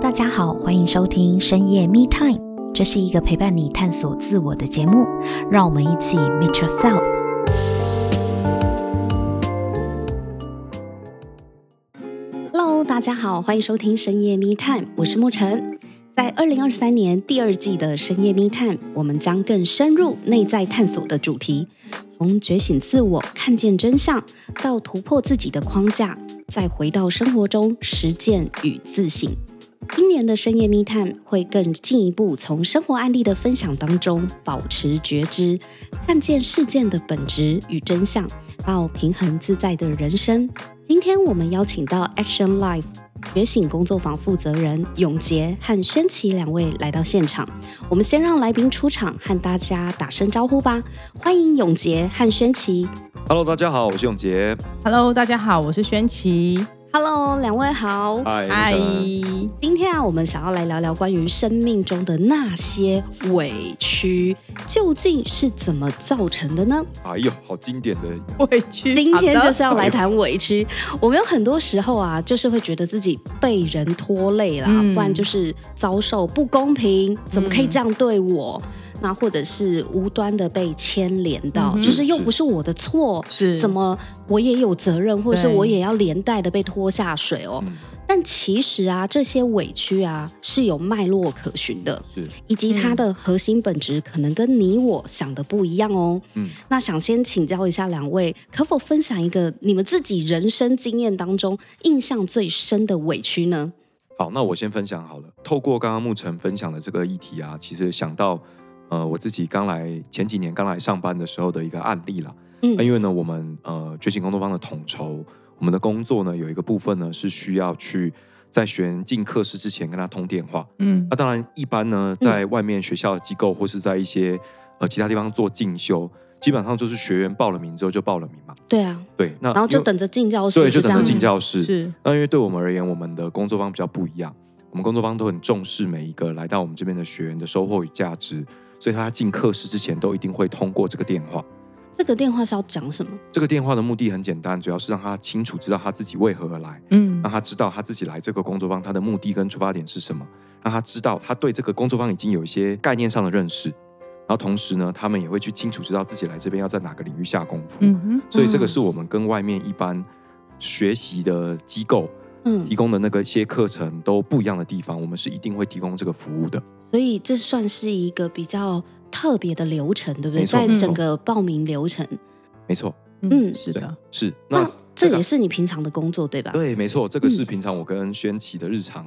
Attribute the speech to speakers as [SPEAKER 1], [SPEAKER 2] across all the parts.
[SPEAKER 1] 大家好，欢迎收听深夜 Me Time，这是一个陪伴你探索自我的节目，让我们一起 Meet Yourself。Hello，大家好，欢迎收听深夜 Me Time，我是沐晨。在二零二三年第二季的深夜 Me Time，我们将更深入内在探索的主题，从觉醒自我、看见真相，到突破自己的框架，再回到生活中实践与自省。今年的深夜密探会更进一步从生活案例的分享当中保持觉知，看见事件的本质与真相，到平衡自在的人生。今天我们邀请到 Action Life 觉醒工作坊负责人永杰和宣琪两位来到现场。我们先让来宾出场，和大家打声招呼吧。欢迎永杰和宣琪。
[SPEAKER 2] Hello，大家好，我是永杰。
[SPEAKER 3] Hello，大家好，我是宣琪。
[SPEAKER 1] Hello，两位好。
[SPEAKER 2] 嗨，
[SPEAKER 3] 嗨，
[SPEAKER 1] 今天啊，我们想要来聊聊关于生命中的那些委屈，究竟是怎么造成的呢？
[SPEAKER 2] 哎呦，好经典的，
[SPEAKER 3] 委屈。
[SPEAKER 1] 今天
[SPEAKER 3] 好的
[SPEAKER 1] 就是要来谈委屈。我们有很多时候啊，就是会觉得自己被人拖累啦，
[SPEAKER 3] 嗯
[SPEAKER 1] 不然就是遭受不公平，怎么可以这样对我？
[SPEAKER 3] 嗯
[SPEAKER 1] 那或者是无端的被牵连到，
[SPEAKER 3] 嗯哼
[SPEAKER 1] 就是又
[SPEAKER 2] 是
[SPEAKER 1] 不是我的错，
[SPEAKER 3] 是
[SPEAKER 1] 怎么我也有责任，或者是
[SPEAKER 3] 对
[SPEAKER 1] 我也要连带的被拖下水哦。
[SPEAKER 2] 嗯
[SPEAKER 1] 但其实啊，这些委屈啊是有脉络可循的，
[SPEAKER 2] 是，
[SPEAKER 1] 以及它
[SPEAKER 3] 嗯
[SPEAKER 1] 的核心本质可能跟你我想的不一样哦。
[SPEAKER 2] 嗯，
[SPEAKER 1] 那想先请教一下两位，可否分享一个你们自己人生经验当中印象最深的委屈呢？
[SPEAKER 2] 好，那我先分享好了。透过刚刚沐晨分享的这个议题啊，其实想到呃我自己刚来前几年刚来上班的时候的一个案例啦。
[SPEAKER 1] 嗯
[SPEAKER 2] 那因为呢，我们呃觉醒工作坊的统筹，我们的工作呢有一个部分呢是需要去在学员进课室之前跟他通电话。
[SPEAKER 3] 嗯
[SPEAKER 2] 那、当然，一般
[SPEAKER 1] 嗯
[SPEAKER 2] 呢，在外面学校的机构或是在一些呃其他地方做进修，基本上就是学员报了名之后就报了名嘛。
[SPEAKER 1] 对啊，
[SPEAKER 2] 对，那
[SPEAKER 1] 然后
[SPEAKER 2] 因
[SPEAKER 1] 就
[SPEAKER 2] 为
[SPEAKER 1] 等着进教室，
[SPEAKER 2] 对，就
[SPEAKER 1] 这
[SPEAKER 2] 等
[SPEAKER 1] 样
[SPEAKER 2] 着
[SPEAKER 1] 吗
[SPEAKER 2] 进教室。
[SPEAKER 3] 是
[SPEAKER 2] 那因为对我们而言，我们的工作方比较不一样，我们工作方都很重视每一个来到我们这边的学员的收获与价值，所以他进课室之前都一定会通过这个电话。
[SPEAKER 1] 这个电话是要讲什么？
[SPEAKER 2] 这个电话的目的很简单，主要是让他清楚知道他自己为何而来，
[SPEAKER 3] 嗯
[SPEAKER 2] 让他知道他自己来这个工作方他的目的跟出发点是什么，让他知道他对这个工作方已经有一些概念上的认识，然后同时呢，他们也会去清楚知道自己来这边要在哪个领域下功夫。
[SPEAKER 3] 嗯
[SPEAKER 2] 所以这个是我们跟外面一般学习的机构
[SPEAKER 1] 嗯
[SPEAKER 2] 提，供的那个一些课程都不一样的地方，我们是一定会提供这个服务的。
[SPEAKER 1] 所以这算是一个比较特别的流程，对不对？
[SPEAKER 2] 没错嗯
[SPEAKER 1] 在
[SPEAKER 2] 没
[SPEAKER 3] 错
[SPEAKER 1] 整个报名流程，
[SPEAKER 2] 没错，
[SPEAKER 3] 哼
[SPEAKER 1] 嗯
[SPEAKER 3] 嗯是
[SPEAKER 2] 对
[SPEAKER 3] 的，，
[SPEAKER 2] 是那
[SPEAKER 1] 那这
[SPEAKER 2] 个
[SPEAKER 1] 也是你平常的工作，对吧？
[SPEAKER 2] 对，没错，这个是
[SPEAKER 1] 嗯
[SPEAKER 2] 平常我跟轩琪的日常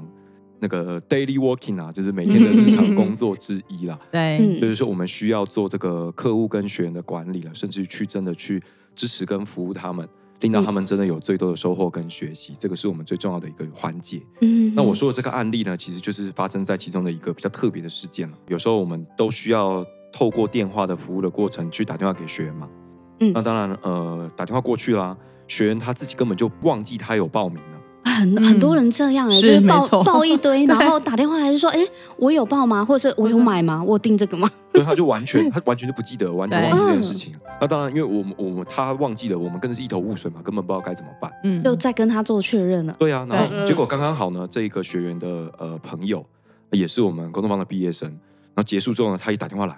[SPEAKER 2] 那个 daily working 啊，就是每天的日常工作之一啦。
[SPEAKER 3] 对
[SPEAKER 1] 嗯
[SPEAKER 2] 就是说，我们需要做这个客户跟学员的管理了，甚至去真的去支持跟服务他们，令到他
[SPEAKER 1] 嗯
[SPEAKER 2] 们真的有最多的收获跟学习，这个是我们最重要的一个环节。
[SPEAKER 1] 嗯
[SPEAKER 2] 那我说的这个案例呢，其实就是发生在其中的一个比较特别的事件了。有时候我们都需要透过电话的服务的过程去打电话给学员嘛。
[SPEAKER 1] 嗯
[SPEAKER 2] 那当然，呃，打电话过去啦，学员他自己根本就忘记他有报名了。
[SPEAKER 1] 很
[SPEAKER 3] 嗯
[SPEAKER 1] 很多人这样哎、
[SPEAKER 3] 是
[SPEAKER 1] 就是
[SPEAKER 3] 没
[SPEAKER 1] 报
[SPEAKER 3] 错嗯
[SPEAKER 1] 报一 堆，然后打电话还是说，哎、我有报吗？或者是我有买吗？我有订这个吗？
[SPEAKER 2] 所以他就完 全，他完全就不记得，完全忘记这件事情。那当然，因为我们我们他忘记了，我们更是一头雾水嘛，根本不知道该怎么办。
[SPEAKER 3] 嗯
[SPEAKER 1] 就再跟他做确认了。
[SPEAKER 2] 对啊，然
[SPEAKER 1] 对嗯
[SPEAKER 2] 后结果刚刚好呢，这一个学员的呃朋友呃也是我们工作坊的毕业生，然后结束之后呢，他也打电话来，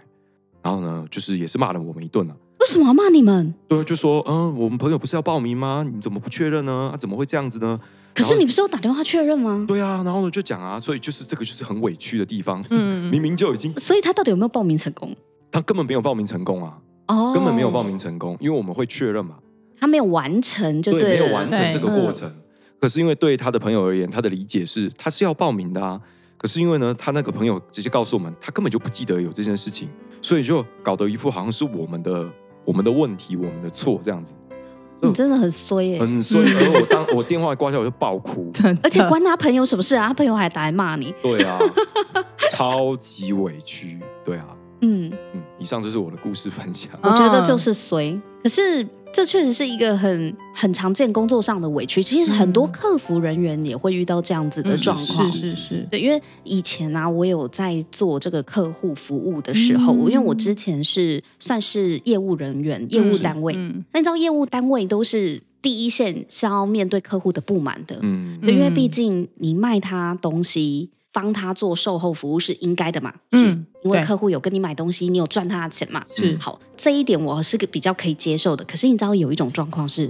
[SPEAKER 2] 然后呢就是也是骂了我们一顿啊。
[SPEAKER 1] 为什么要骂你们？
[SPEAKER 2] 对，就说嗯，我们朋友不是要报名吗？你怎么不确认呢？啊，怎么会这样子呢？
[SPEAKER 1] 可是
[SPEAKER 2] 然后
[SPEAKER 1] 你不是有打电话确认吗？
[SPEAKER 2] 对啊，然后呢就讲啊，所以就是这个就是很委屈的地方，
[SPEAKER 3] 嗯嗯
[SPEAKER 2] 明明就已经
[SPEAKER 1] 所以他到底有没有报名成功？
[SPEAKER 2] 他根本没有报名成功啊，
[SPEAKER 1] 哦，
[SPEAKER 2] 根本没有报，名成功，因为我们会确认嘛，
[SPEAKER 1] 他没有完成就
[SPEAKER 2] 对，
[SPEAKER 1] 对
[SPEAKER 2] 没
[SPEAKER 1] 了，
[SPEAKER 2] 有完成这个
[SPEAKER 1] 对
[SPEAKER 2] 过程。可是因为对他的朋友而言，他的理解是他是要报名的啊。可是因为呢，他那个朋友直接告诉我们，他根本就不记得有这件事情，所以就搞得一副好像是我们的我们的问题、我们的错这样子，
[SPEAKER 1] 你嗯真的很衰耶、
[SPEAKER 2] 很所以，而我当我电话挂下，我就爆哭。
[SPEAKER 3] 真的
[SPEAKER 1] 而且关他朋友什么事啊？他朋友还打来骂你，
[SPEAKER 2] 对啊， 超级委屈。对啊，
[SPEAKER 1] 嗯，
[SPEAKER 2] 嗯，以上就是我的故事分享。
[SPEAKER 1] 我
[SPEAKER 3] 啊
[SPEAKER 1] 觉得就是衰。可是这确实是一个很很常见工作上的委屈，其实很多
[SPEAKER 3] 嗯
[SPEAKER 1] 客服人员也会遇到这样子的
[SPEAKER 3] 嗯
[SPEAKER 1] 状况。
[SPEAKER 3] 是是是，
[SPEAKER 1] 对，因为以前啊，我有在做这个客户服务的时候，
[SPEAKER 3] 嗯
[SPEAKER 1] 因为我之前是算是业务人员、业务
[SPEAKER 3] 嗯
[SPEAKER 1] 单位。
[SPEAKER 3] 嗯
[SPEAKER 1] 那你知道，业务单位都是第一线是要面对客户的不满的，
[SPEAKER 2] 嗯
[SPEAKER 1] 对因为
[SPEAKER 3] 嗯
[SPEAKER 1] 毕竟你卖他东西，帮他做售后服务是应该的嘛？
[SPEAKER 3] 嗯，
[SPEAKER 1] 因为
[SPEAKER 3] 对
[SPEAKER 1] 客户有跟你买东西，你有赚他的钱嘛？
[SPEAKER 3] 是
[SPEAKER 1] 好，这一点我是个比较可以接受的。可是你知道有一种状况是，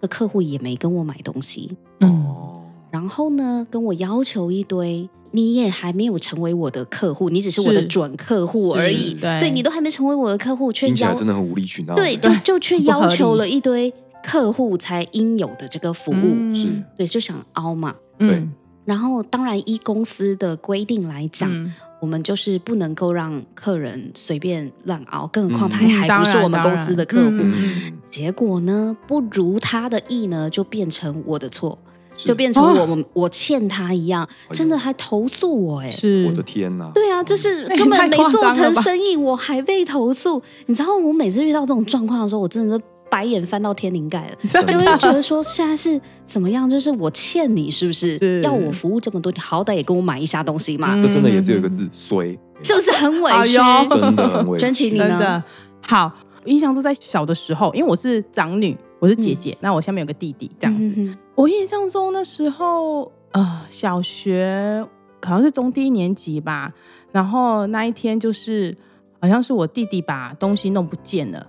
[SPEAKER 1] 那个客户也没跟我买东西，
[SPEAKER 3] 嗯
[SPEAKER 2] 哦，
[SPEAKER 1] 然后呢跟我要求一堆，你也还没有成为我的客户，你只是我的
[SPEAKER 3] 是
[SPEAKER 1] 准客户而
[SPEAKER 2] 是
[SPEAKER 1] 已。
[SPEAKER 3] 对
[SPEAKER 1] 对你都还没成为我的客户，却
[SPEAKER 2] 听起来
[SPEAKER 1] 要
[SPEAKER 2] 真的很无理取闹。
[SPEAKER 1] 对，就
[SPEAKER 3] 对
[SPEAKER 1] 就却
[SPEAKER 3] 不
[SPEAKER 1] 要
[SPEAKER 3] 合理
[SPEAKER 1] 求了一堆客户才应有的这个服务，
[SPEAKER 2] 嗯是
[SPEAKER 1] 对，就想凹嘛。
[SPEAKER 2] 对
[SPEAKER 3] 嗯
[SPEAKER 1] 然后，当然依公司的规定来讲，
[SPEAKER 3] 嗯
[SPEAKER 1] 我们就是不能够让客人随便乱熬，更何况他
[SPEAKER 2] 嗯
[SPEAKER 1] 还不是我们公司的客户。
[SPEAKER 3] 嗯
[SPEAKER 2] 嗯，
[SPEAKER 1] 结果呢，不如他的意呢，就变成我的错，
[SPEAKER 2] 是
[SPEAKER 1] 就变成
[SPEAKER 3] 哦
[SPEAKER 1] 我们、我欠他一样，
[SPEAKER 2] 呦
[SPEAKER 1] 真的还投诉我哎、
[SPEAKER 3] 是
[SPEAKER 2] 我的天哪！
[SPEAKER 1] 对啊，就是
[SPEAKER 3] 哎
[SPEAKER 1] 根本
[SPEAKER 3] 太
[SPEAKER 1] 没
[SPEAKER 3] 夸
[SPEAKER 1] 做
[SPEAKER 3] 张了
[SPEAKER 1] 成
[SPEAKER 3] 吧
[SPEAKER 1] 生意，我还被投诉。你知道，我每次遇到这种状况的时候，我真的都白眼翻到天灵盖了。
[SPEAKER 3] 真
[SPEAKER 1] 就会
[SPEAKER 3] 的
[SPEAKER 1] 觉得说现在是怎么样？就是我欠你是不是？
[SPEAKER 3] 是
[SPEAKER 1] 要我服务这么多，你好歹也给我买一下东西嘛，
[SPEAKER 3] 嗯
[SPEAKER 2] 这真的也只有一个字衰，
[SPEAKER 1] 是不是很委屈？
[SPEAKER 3] 哎呦
[SPEAKER 2] 真的很 委
[SPEAKER 1] 真
[SPEAKER 2] 屈
[SPEAKER 1] 奇你呢
[SPEAKER 3] 真的好。印象都在小的时候，因为我是长女，我是姐姐，那我下面有个弟弟，这样子。
[SPEAKER 1] 嗯哼
[SPEAKER 3] 我印象中那时候，呃，小学好像是中低年级吧。然后那一天就是，好像是我弟弟把东西弄不见了，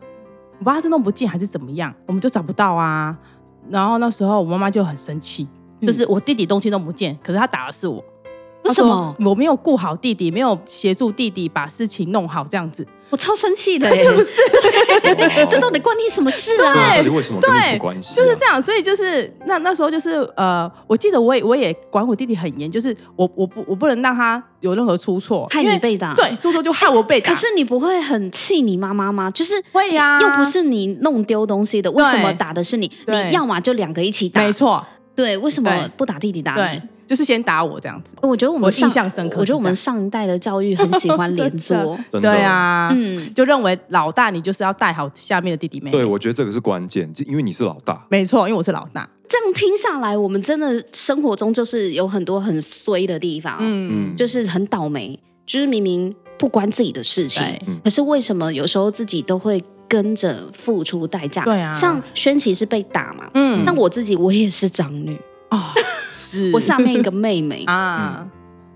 [SPEAKER 3] 我不知道是弄不见还是怎么样，我们就找不到啊。然后那时候我妈妈就很生气，
[SPEAKER 1] 嗯
[SPEAKER 3] 就是我弟弟东西弄不见，可是他打的是我。
[SPEAKER 1] 为
[SPEAKER 3] 她
[SPEAKER 1] 什
[SPEAKER 3] 说
[SPEAKER 1] 么？
[SPEAKER 3] 我没有顾好弟弟，没有协助弟弟把事情弄好，这样子？
[SPEAKER 1] 我超生气的、欸，
[SPEAKER 3] 是不是？
[SPEAKER 2] 哦
[SPEAKER 1] 这到底关你什么事啊？
[SPEAKER 2] 对
[SPEAKER 3] 对
[SPEAKER 2] 到底为什么跟你有关系啊？
[SPEAKER 3] 就是这样，所以就是那那时候就是呃，我记得我也我也管我弟弟很严，就是我我不我不能让他有任何出错，
[SPEAKER 1] 害
[SPEAKER 3] 因为
[SPEAKER 1] 你被打
[SPEAKER 3] 对，出错就害我被打。
[SPEAKER 1] 可是你不会很气你妈妈吗？就是
[SPEAKER 3] 会呀
[SPEAKER 1] 又不是你弄丢东西的，为什么
[SPEAKER 3] 对
[SPEAKER 1] 打的是你？
[SPEAKER 3] 对
[SPEAKER 1] 你要么就两个一起打，
[SPEAKER 3] 没。错，
[SPEAKER 1] 对，为什么
[SPEAKER 3] 对
[SPEAKER 1] 不打弟弟打
[SPEAKER 3] 对
[SPEAKER 1] 你？，
[SPEAKER 3] 就是先打我这样子，
[SPEAKER 1] 我觉得我
[SPEAKER 3] 我
[SPEAKER 1] 们上
[SPEAKER 3] 印象深刻。
[SPEAKER 1] 我觉得我们
[SPEAKER 3] 是
[SPEAKER 1] 上一代的教育很喜 欢连
[SPEAKER 3] 真的
[SPEAKER 1] 坐，
[SPEAKER 2] 真
[SPEAKER 3] 这
[SPEAKER 2] 的
[SPEAKER 3] 样对啊，
[SPEAKER 1] 嗯，
[SPEAKER 3] 就认为老大你就是要带好下面的弟弟妹妹。
[SPEAKER 2] 对，我觉得这个是关键，就因为你是老大，
[SPEAKER 3] 没错，因为我是老大。
[SPEAKER 1] 这样听下来，我们真的生活中就是有很多很衰的地方，
[SPEAKER 3] 嗯
[SPEAKER 2] 嗯，
[SPEAKER 1] 就是很倒霉，就是明明不关自己的事情
[SPEAKER 3] 对
[SPEAKER 2] 嗯，
[SPEAKER 1] 可是为什么有时候自己都会跟着付出代价？
[SPEAKER 3] 对啊
[SPEAKER 1] 像轩琪是被打嘛，
[SPEAKER 3] 嗯
[SPEAKER 1] 那我自己我也是长女，
[SPEAKER 3] 啊是
[SPEAKER 1] 我下面一个妹妹，
[SPEAKER 3] 啊，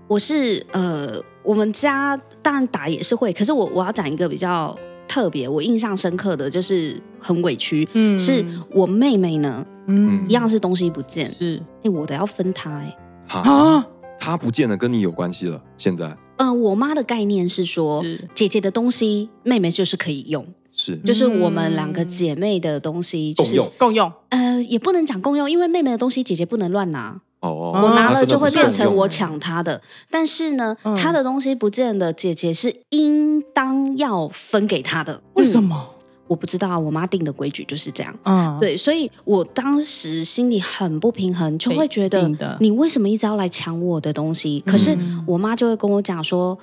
[SPEAKER 1] 我是呃，我们家当然打也是会，可是我我要讲一个比较特别，我印象深刻的就是很委屈，
[SPEAKER 3] 嗯
[SPEAKER 1] 是我妹妹呢
[SPEAKER 3] 嗯
[SPEAKER 1] 一样是东西不见，
[SPEAKER 3] 是
[SPEAKER 1] 哎、我的要分她哎、
[SPEAKER 2] 哈，
[SPEAKER 3] 啊
[SPEAKER 2] 他不见得跟你有关系了。现在
[SPEAKER 1] 呃，我妈的概念是说，
[SPEAKER 3] 是嗯
[SPEAKER 1] 姐姐的东西妹妹就是可以用，
[SPEAKER 2] 是
[SPEAKER 1] 就是我们两个姐妹的东西，就
[SPEAKER 2] 共
[SPEAKER 1] 嗯是
[SPEAKER 2] 用
[SPEAKER 3] 共用
[SPEAKER 1] 呃，也不能讲共用，因为妹妹的东西姐姐不能乱拿，
[SPEAKER 2] 哦，
[SPEAKER 1] 我拿
[SPEAKER 2] 那
[SPEAKER 3] 啊
[SPEAKER 1] 了
[SPEAKER 2] 真的
[SPEAKER 1] 就
[SPEAKER 2] 不
[SPEAKER 1] 会
[SPEAKER 2] 是
[SPEAKER 1] 变
[SPEAKER 2] 共
[SPEAKER 1] 成
[SPEAKER 2] 用
[SPEAKER 1] 我
[SPEAKER 2] 欸
[SPEAKER 1] 抢她的。但是呢，
[SPEAKER 3] 嗯
[SPEAKER 1] 她的东西不见了，姐姐是应当要分给她的。嗯
[SPEAKER 3] 为什？么？
[SPEAKER 1] 我不知道啊，我妈定的规矩就是这样。
[SPEAKER 3] 嗯，
[SPEAKER 1] 对，所以我当时心里很不平衡，就会觉
[SPEAKER 3] 一
[SPEAKER 1] 得
[SPEAKER 3] 定的
[SPEAKER 1] 你为什么一直要来抢我的东西？可是
[SPEAKER 3] 嗯
[SPEAKER 1] 我妈就会跟我讲说，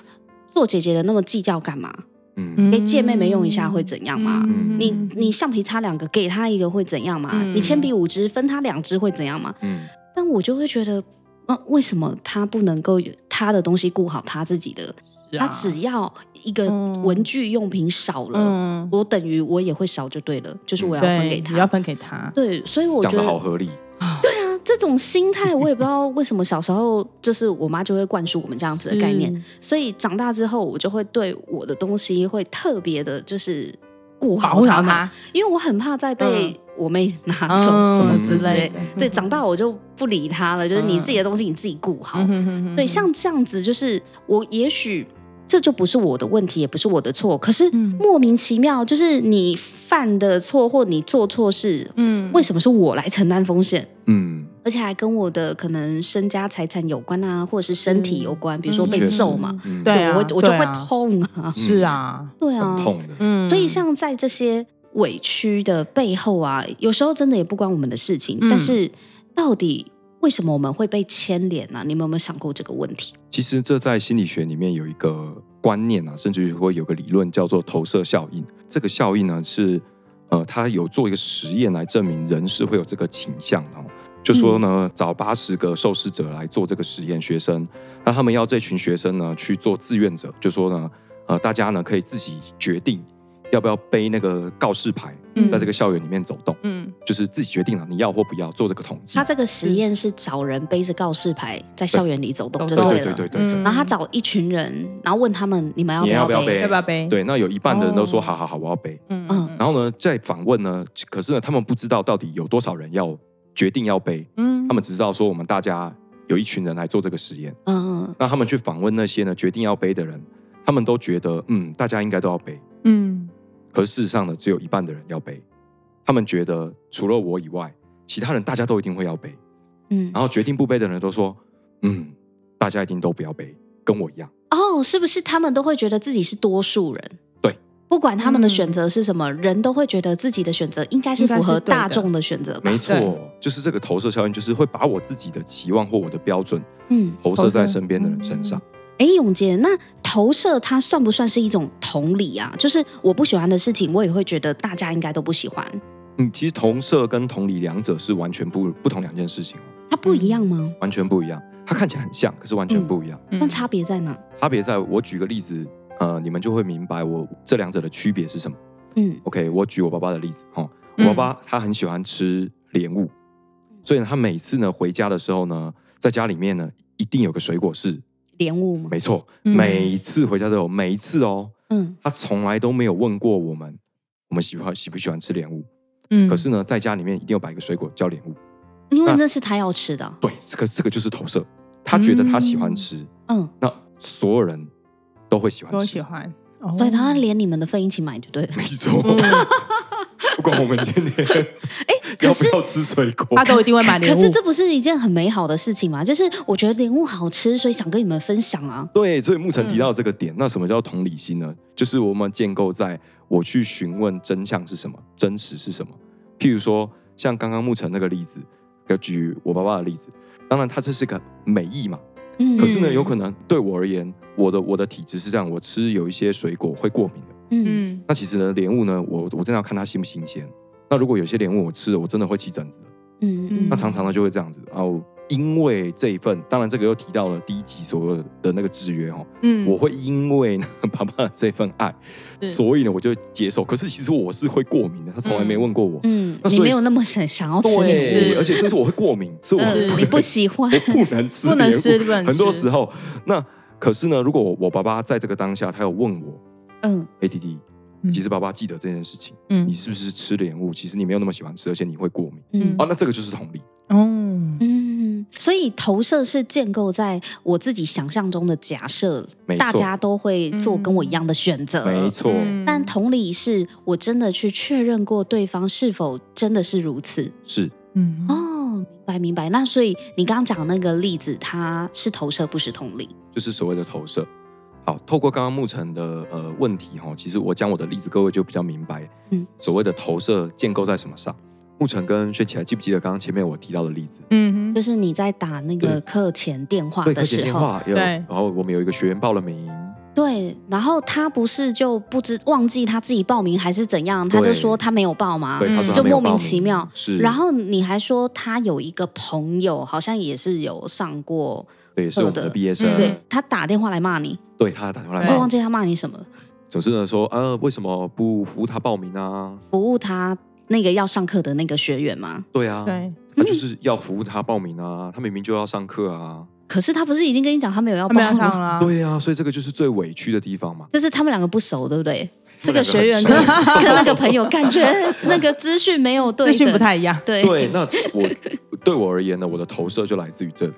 [SPEAKER 1] 做姐姐的那么计较干嘛？
[SPEAKER 2] 嗯
[SPEAKER 3] 嗯，
[SPEAKER 1] 给哎姐妹们用一下会怎样嘛
[SPEAKER 3] 嗯
[SPEAKER 1] 你你橡皮擦两个，给她一个会怎样嘛？
[SPEAKER 3] 嗯
[SPEAKER 1] 你铅笔五支，分她两支会怎样嘛？
[SPEAKER 2] 嗯
[SPEAKER 1] 但我就会觉得，呃，为什么她不能够有她的东西顾好她自己的？
[SPEAKER 3] 是
[SPEAKER 1] 她
[SPEAKER 3] 啊
[SPEAKER 1] 只要一个
[SPEAKER 3] 嗯
[SPEAKER 1] 文具用品少了，
[SPEAKER 3] 嗯，
[SPEAKER 1] 我等于我也会少就对了，就是我要分
[SPEAKER 3] 对
[SPEAKER 1] 给
[SPEAKER 3] 你
[SPEAKER 1] 她。
[SPEAKER 3] 要分给他。
[SPEAKER 1] 对，所以我
[SPEAKER 2] 讲
[SPEAKER 1] 觉
[SPEAKER 2] 的
[SPEAKER 1] 得
[SPEAKER 2] 好合理，
[SPEAKER 1] 对啊，这种心态我也不知道为什么小时候就是我妈就会灌输我们这样子的概念，
[SPEAKER 3] 嗯
[SPEAKER 1] 所以长大之后我就会对我的东西会特别的，就是顾
[SPEAKER 3] 保
[SPEAKER 1] 好
[SPEAKER 3] 护
[SPEAKER 1] 它
[SPEAKER 3] 好
[SPEAKER 1] 们，
[SPEAKER 3] 他
[SPEAKER 1] 因为我很怕再被
[SPEAKER 3] 嗯
[SPEAKER 1] 我妹拿走
[SPEAKER 3] 嗯
[SPEAKER 1] 什么之
[SPEAKER 2] 之
[SPEAKER 1] 类
[SPEAKER 2] 类
[SPEAKER 1] 的
[SPEAKER 2] 的。
[SPEAKER 1] 对，长大我就不理她了，就是你
[SPEAKER 3] 嗯
[SPEAKER 1] 自己的东西你自己顾好。
[SPEAKER 3] 嗯哼哼哼
[SPEAKER 1] 对，像这样子，就是我也许这就不是我的问题，也不是我的错，可是
[SPEAKER 3] 嗯
[SPEAKER 1] 莫名其妙，就是你犯的错或你做错事，
[SPEAKER 3] 嗯
[SPEAKER 1] 为什么是我来承担风险？
[SPEAKER 2] 嗯，
[SPEAKER 1] 而且还跟我的可能身家财产有关啊，或者是身体有关，比如说
[SPEAKER 3] 嗯
[SPEAKER 1] 被
[SPEAKER 2] 确实
[SPEAKER 1] 揍嘛，，
[SPEAKER 2] 嗯
[SPEAKER 3] 对啊
[SPEAKER 1] 我我就
[SPEAKER 3] 对
[SPEAKER 1] 会
[SPEAKER 3] 啊
[SPEAKER 1] 痛啊，
[SPEAKER 2] 嗯
[SPEAKER 3] 是啊，
[SPEAKER 1] 对啊
[SPEAKER 2] 很，痛的，
[SPEAKER 3] 嗯
[SPEAKER 1] 所以像在这些委屈的背后啊，有时候真的也不关我们的事情，
[SPEAKER 3] 嗯
[SPEAKER 1] 但是到底为什么我们会被牵连呢、啊？你们有没有想过这个问题？
[SPEAKER 2] 其实这在心理学里面有一个观念啊，甚至会有个理论叫做投射效应。这个效应呢是，呃，它有做一个实验来证明人是会有这个倾向的、哦。就说呢，找八十个受试者来做这个实验，学生，那他们要这群学生呢去做志愿者，就说呢，呃，大家呢可以自己决定要不要背那个告示牌，
[SPEAKER 3] 嗯
[SPEAKER 2] 在这个校园里面走动，
[SPEAKER 3] 嗯，
[SPEAKER 2] 就是自己决定了你要或不要做这个统计
[SPEAKER 1] 他。这个实验是找人背着告示牌在校园里走动，
[SPEAKER 3] 对嗯
[SPEAKER 1] 就对了。
[SPEAKER 2] 对对
[SPEAKER 1] 嗯
[SPEAKER 2] 对对对对
[SPEAKER 1] 然后他找一群人，然后问他们你们要不
[SPEAKER 2] 你要
[SPEAKER 1] 要
[SPEAKER 2] 不要
[SPEAKER 1] 背？
[SPEAKER 2] 背
[SPEAKER 3] 要不要背？，
[SPEAKER 2] 对，那有一半的人都说
[SPEAKER 3] 哦
[SPEAKER 2] 好好好，我要背。
[SPEAKER 3] 嗯
[SPEAKER 1] 嗯
[SPEAKER 2] 然后呢，在访问呢，可是呢，他们不知道到底有多少人要决定要背，
[SPEAKER 3] 嗯
[SPEAKER 2] 他们只知道说我们大家有一群人来做这个实验。
[SPEAKER 1] 嗯，
[SPEAKER 2] 那他们去访问那些呢决定要背的人，他们都觉得嗯，大家应该都要背。
[SPEAKER 3] 嗯
[SPEAKER 2] 可是事实上呢，只有一半的人要背。他们觉得除了我以外，其他人大家都一定会要背。
[SPEAKER 1] 嗯，
[SPEAKER 2] 然后决定不背的人都说，嗯，大家一定都不要背，跟我一样。
[SPEAKER 1] 哦，是不是他们都会觉得自己是多数人？
[SPEAKER 2] 对，
[SPEAKER 1] 不管他们的
[SPEAKER 3] 嗯
[SPEAKER 1] 选择是什么，人都会觉得自己的选择应该是
[SPEAKER 3] 应该
[SPEAKER 1] 符
[SPEAKER 3] 是
[SPEAKER 1] 合
[SPEAKER 3] 对的
[SPEAKER 1] 大众的选择吧
[SPEAKER 2] 没？错
[SPEAKER 3] 对，
[SPEAKER 2] 就是这个投射效应，就是会把我自己的期望或我的标准
[SPEAKER 1] 嗯，
[SPEAKER 2] 投射在身边的人身上。
[SPEAKER 1] 哎，永杰，那投射它算不算是一种同理啊？就是我不喜欢的事情，我也会觉得大家应该都不喜欢，
[SPEAKER 2] 嗯，其实投射跟同理两者是完全不不同两件事情哦，
[SPEAKER 1] 它不一样吗？
[SPEAKER 2] 完全不一样。它看起来很像，可是完全不一样。
[SPEAKER 3] 嗯
[SPEAKER 1] 那差别在哪？
[SPEAKER 2] 差别在我举个例子，呃，你们就会明白我这两者的区别是什么。
[SPEAKER 1] 嗯
[SPEAKER 2] OK，我举我爸爸的例子哈，我
[SPEAKER 3] 嗯
[SPEAKER 2] 爸爸他很喜欢吃莲雾，所以呢，他每次呢回家的时候呢，在家里面呢一定有个水果是
[SPEAKER 1] 莲雾吗？
[SPEAKER 2] 没错，
[SPEAKER 3] 嗯
[SPEAKER 2] 每一次回家都有，每一次哦，
[SPEAKER 1] 嗯
[SPEAKER 2] 他从来都没有问过我们，我们喜欢喜不喜欢吃莲雾。
[SPEAKER 3] 嗯
[SPEAKER 2] 可是呢，在家里面一定要摆一个水果叫莲雾，
[SPEAKER 1] 因为
[SPEAKER 2] 那
[SPEAKER 1] 那是他要吃的啊、
[SPEAKER 2] 对，这个这个就是投射，他觉得他喜欢吃，
[SPEAKER 1] 嗯，
[SPEAKER 2] 那所有人都会喜欢
[SPEAKER 3] 都
[SPEAKER 2] 吃，
[SPEAKER 3] 喜欢，哦
[SPEAKER 1] 所以他连你们的份一起买就对 了。
[SPEAKER 2] 没错，不管我们今天
[SPEAKER 1] 可
[SPEAKER 2] 要
[SPEAKER 1] 是
[SPEAKER 2] 不要吃水果
[SPEAKER 3] 他，都一定会买
[SPEAKER 1] 可
[SPEAKER 3] 礼物。
[SPEAKER 1] 是这不是一件很美好的事情吗？就是我觉得莲雾好吃，所以想跟你们分享啊。
[SPEAKER 2] 对，所以沐晨提到这个点，那什么叫同理心呢？就是我们建构在我去询问真相是什么，真实是什么。譬如说，像刚刚沐晨那个例子，要举我爸爸的例子，当然他这是个美意嘛，
[SPEAKER 1] 嗯，
[SPEAKER 2] 可是呢，
[SPEAKER 3] 嗯
[SPEAKER 2] 有可能对我而言，我的我的体质是这样，我吃有一些水果会过敏的。
[SPEAKER 1] 嗯
[SPEAKER 3] 嗯
[SPEAKER 2] 那其实呢，莲雾呢，我我真的要看它新不新鲜。那如果有些莲雾我吃了，我真的会起疹子的。
[SPEAKER 1] 嗯嗯，
[SPEAKER 2] 那常常呢就会这样子哦，我因为这一份，当然这个又提到了第一集所有的那个制约哦，
[SPEAKER 3] 嗯
[SPEAKER 2] 我会因为呢 爸爸的这份爱，
[SPEAKER 3] 是
[SPEAKER 2] 所以呢我就接受。可是其实我是会过敏的，他从来没问过我。
[SPEAKER 1] 嗯，
[SPEAKER 2] 那
[SPEAKER 1] 你
[SPEAKER 2] 所以
[SPEAKER 1] 没有那么想想要吃莲雾，
[SPEAKER 2] 对，
[SPEAKER 3] 是
[SPEAKER 2] 而且甚至我会 过敏，所以我
[SPEAKER 1] 嗯，
[SPEAKER 2] 不
[SPEAKER 1] 你
[SPEAKER 2] 能
[SPEAKER 1] 不喜欢，
[SPEAKER 2] 我不能吃
[SPEAKER 3] 不能
[SPEAKER 2] 莲雾
[SPEAKER 3] 吃不能 吃
[SPEAKER 2] 很多时候，那可是呢，如果我我爸爸在这个当下，他有问我，
[SPEAKER 1] 嗯
[SPEAKER 2] 哎，弟弟
[SPEAKER 3] 嗯，
[SPEAKER 2] 其实爸爸记得这件事情，
[SPEAKER 3] 嗯
[SPEAKER 2] 你是不是吃莲雾？其实你没有那么喜欢吃，而且你会过敏
[SPEAKER 1] 嗯
[SPEAKER 2] 啊。那这个就是同理，
[SPEAKER 3] 哦
[SPEAKER 1] 嗯，所以投射是建构在我自己想象中的假设
[SPEAKER 2] 没，错
[SPEAKER 1] 大家都会做跟我一样的选择，
[SPEAKER 2] 没错。
[SPEAKER 1] 嗯但同理是我真的去确认过对方是否真的是如此。
[SPEAKER 2] 是
[SPEAKER 3] 嗯
[SPEAKER 1] 哦，明白明白。那所以你刚刚讲那个例子，它是投射，不是同理。
[SPEAKER 2] 就是所谓的投射。好，透过刚刚牧尘的呃问题哈，其实我讲我的例子，各位就比较明白，
[SPEAKER 1] 嗯
[SPEAKER 2] 嗯，所谓的投射建构在什么上？牧尘跟薛起来记不记得刚刚前面我提到的例子？
[SPEAKER 3] 嗯
[SPEAKER 1] 就是你在打那个课前电话
[SPEAKER 2] 对，
[SPEAKER 1] 的
[SPEAKER 2] 可以接
[SPEAKER 1] 时
[SPEAKER 2] 电
[SPEAKER 1] 候，啊
[SPEAKER 2] 话，有
[SPEAKER 3] 对
[SPEAKER 2] 然后我们有一个学员报了名，
[SPEAKER 1] 对，然后他不是就不知忘记他自己报名还是怎样，他就
[SPEAKER 2] 对
[SPEAKER 1] 说他没有报嘛，
[SPEAKER 2] 对，他
[SPEAKER 3] 嗯
[SPEAKER 2] 说他
[SPEAKER 1] 就
[SPEAKER 2] 没有
[SPEAKER 1] 莫名
[SPEAKER 2] 报
[SPEAKER 1] 其妙
[SPEAKER 2] 是，
[SPEAKER 1] 然后你还说他有一个朋友，好像也是有上过，
[SPEAKER 2] 对，是我们
[SPEAKER 1] 的
[SPEAKER 2] 的毕业生，
[SPEAKER 3] 嗯
[SPEAKER 1] 对他打电话来骂你，
[SPEAKER 2] 对他打电话
[SPEAKER 1] 我
[SPEAKER 2] 来
[SPEAKER 3] 对
[SPEAKER 1] 是
[SPEAKER 2] 骂
[SPEAKER 1] 忘
[SPEAKER 2] 我，
[SPEAKER 1] 记他骂你什么了，
[SPEAKER 2] 总之呢说，呃，为什么不服务他报名啊？
[SPEAKER 1] 服务他那个要上课的那个学员吗？
[SPEAKER 2] 对啊，
[SPEAKER 3] 对，
[SPEAKER 2] 他就是要服务他报名啊，他明明就要上课啊，
[SPEAKER 1] 可是他不是已经跟你讲他没有要报
[SPEAKER 3] 他们要
[SPEAKER 1] 了
[SPEAKER 3] 上
[SPEAKER 1] 吗？
[SPEAKER 3] 了，
[SPEAKER 2] 对啊，所以这个就是最委屈的地方嘛。
[SPEAKER 1] 这是他们两个不熟，对不对？这个
[SPEAKER 2] 他们两个
[SPEAKER 1] 学员
[SPEAKER 2] 很
[SPEAKER 1] 跟
[SPEAKER 2] 熟
[SPEAKER 1] 跟 那个朋友感觉那个资讯没有对等，
[SPEAKER 3] 资讯不太一样，
[SPEAKER 1] 对
[SPEAKER 2] 对， 那我对我而言呢，我的投射就来自于这里，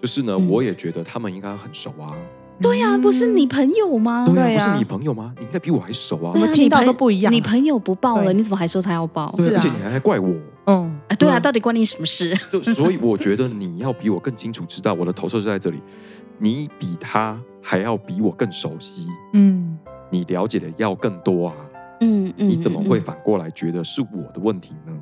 [SPEAKER 2] 就是呢，
[SPEAKER 3] 嗯
[SPEAKER 2] 我也觉得他们应该很熟啊，
[SPEAKER 1] 对呀、不是你朋友吗？
[SPEAKER 2] 对啊，
[SPEAKER 3] 对
[SPEAKER 2] 不
[SPEAKER 3] 啊
[SPEAKER 2] 是你朋友吗？你应该比我还熟啊
[SPEAKER 1] 对，啊
[SPEAKER 3] 我听到
[SPEAKER 1] 你朋
[SPEAKER 3] 都不一样啊
[SPEAKER 1] 你朋友不报了，
[SPEAKER 3] 对
[SPEAKER 1] 你怎么还说他要报？
[SPEAKER 2] 对
[SPEAKER 3] 是
[SPEAKER 2] 啊，而
[SPEAKER 3] 啊
[SPEAKER 2] 且你还怪我，
[SPEAKER 3] 嗯
[SPEAKER 1] 啊对啊，到底关你什么事？
[SPEAKER 2] 就所以我觉得你要比我更清楚知道我的投射就在这里，你比他还要比我更熟悉，
[SPEAKER 3] 嗯
[SPEAKER 2] 你了解的要更多啊，
[SPEAKER 1] 嗯嗯，
[SPEAKER 2] 你怎么
[SPEAKER 1] 嗯？
[SPEAKER 2] 会
[SPEAKER 1] 嗯
[SPEAKER 2] 反过来觉得是我的问题呢？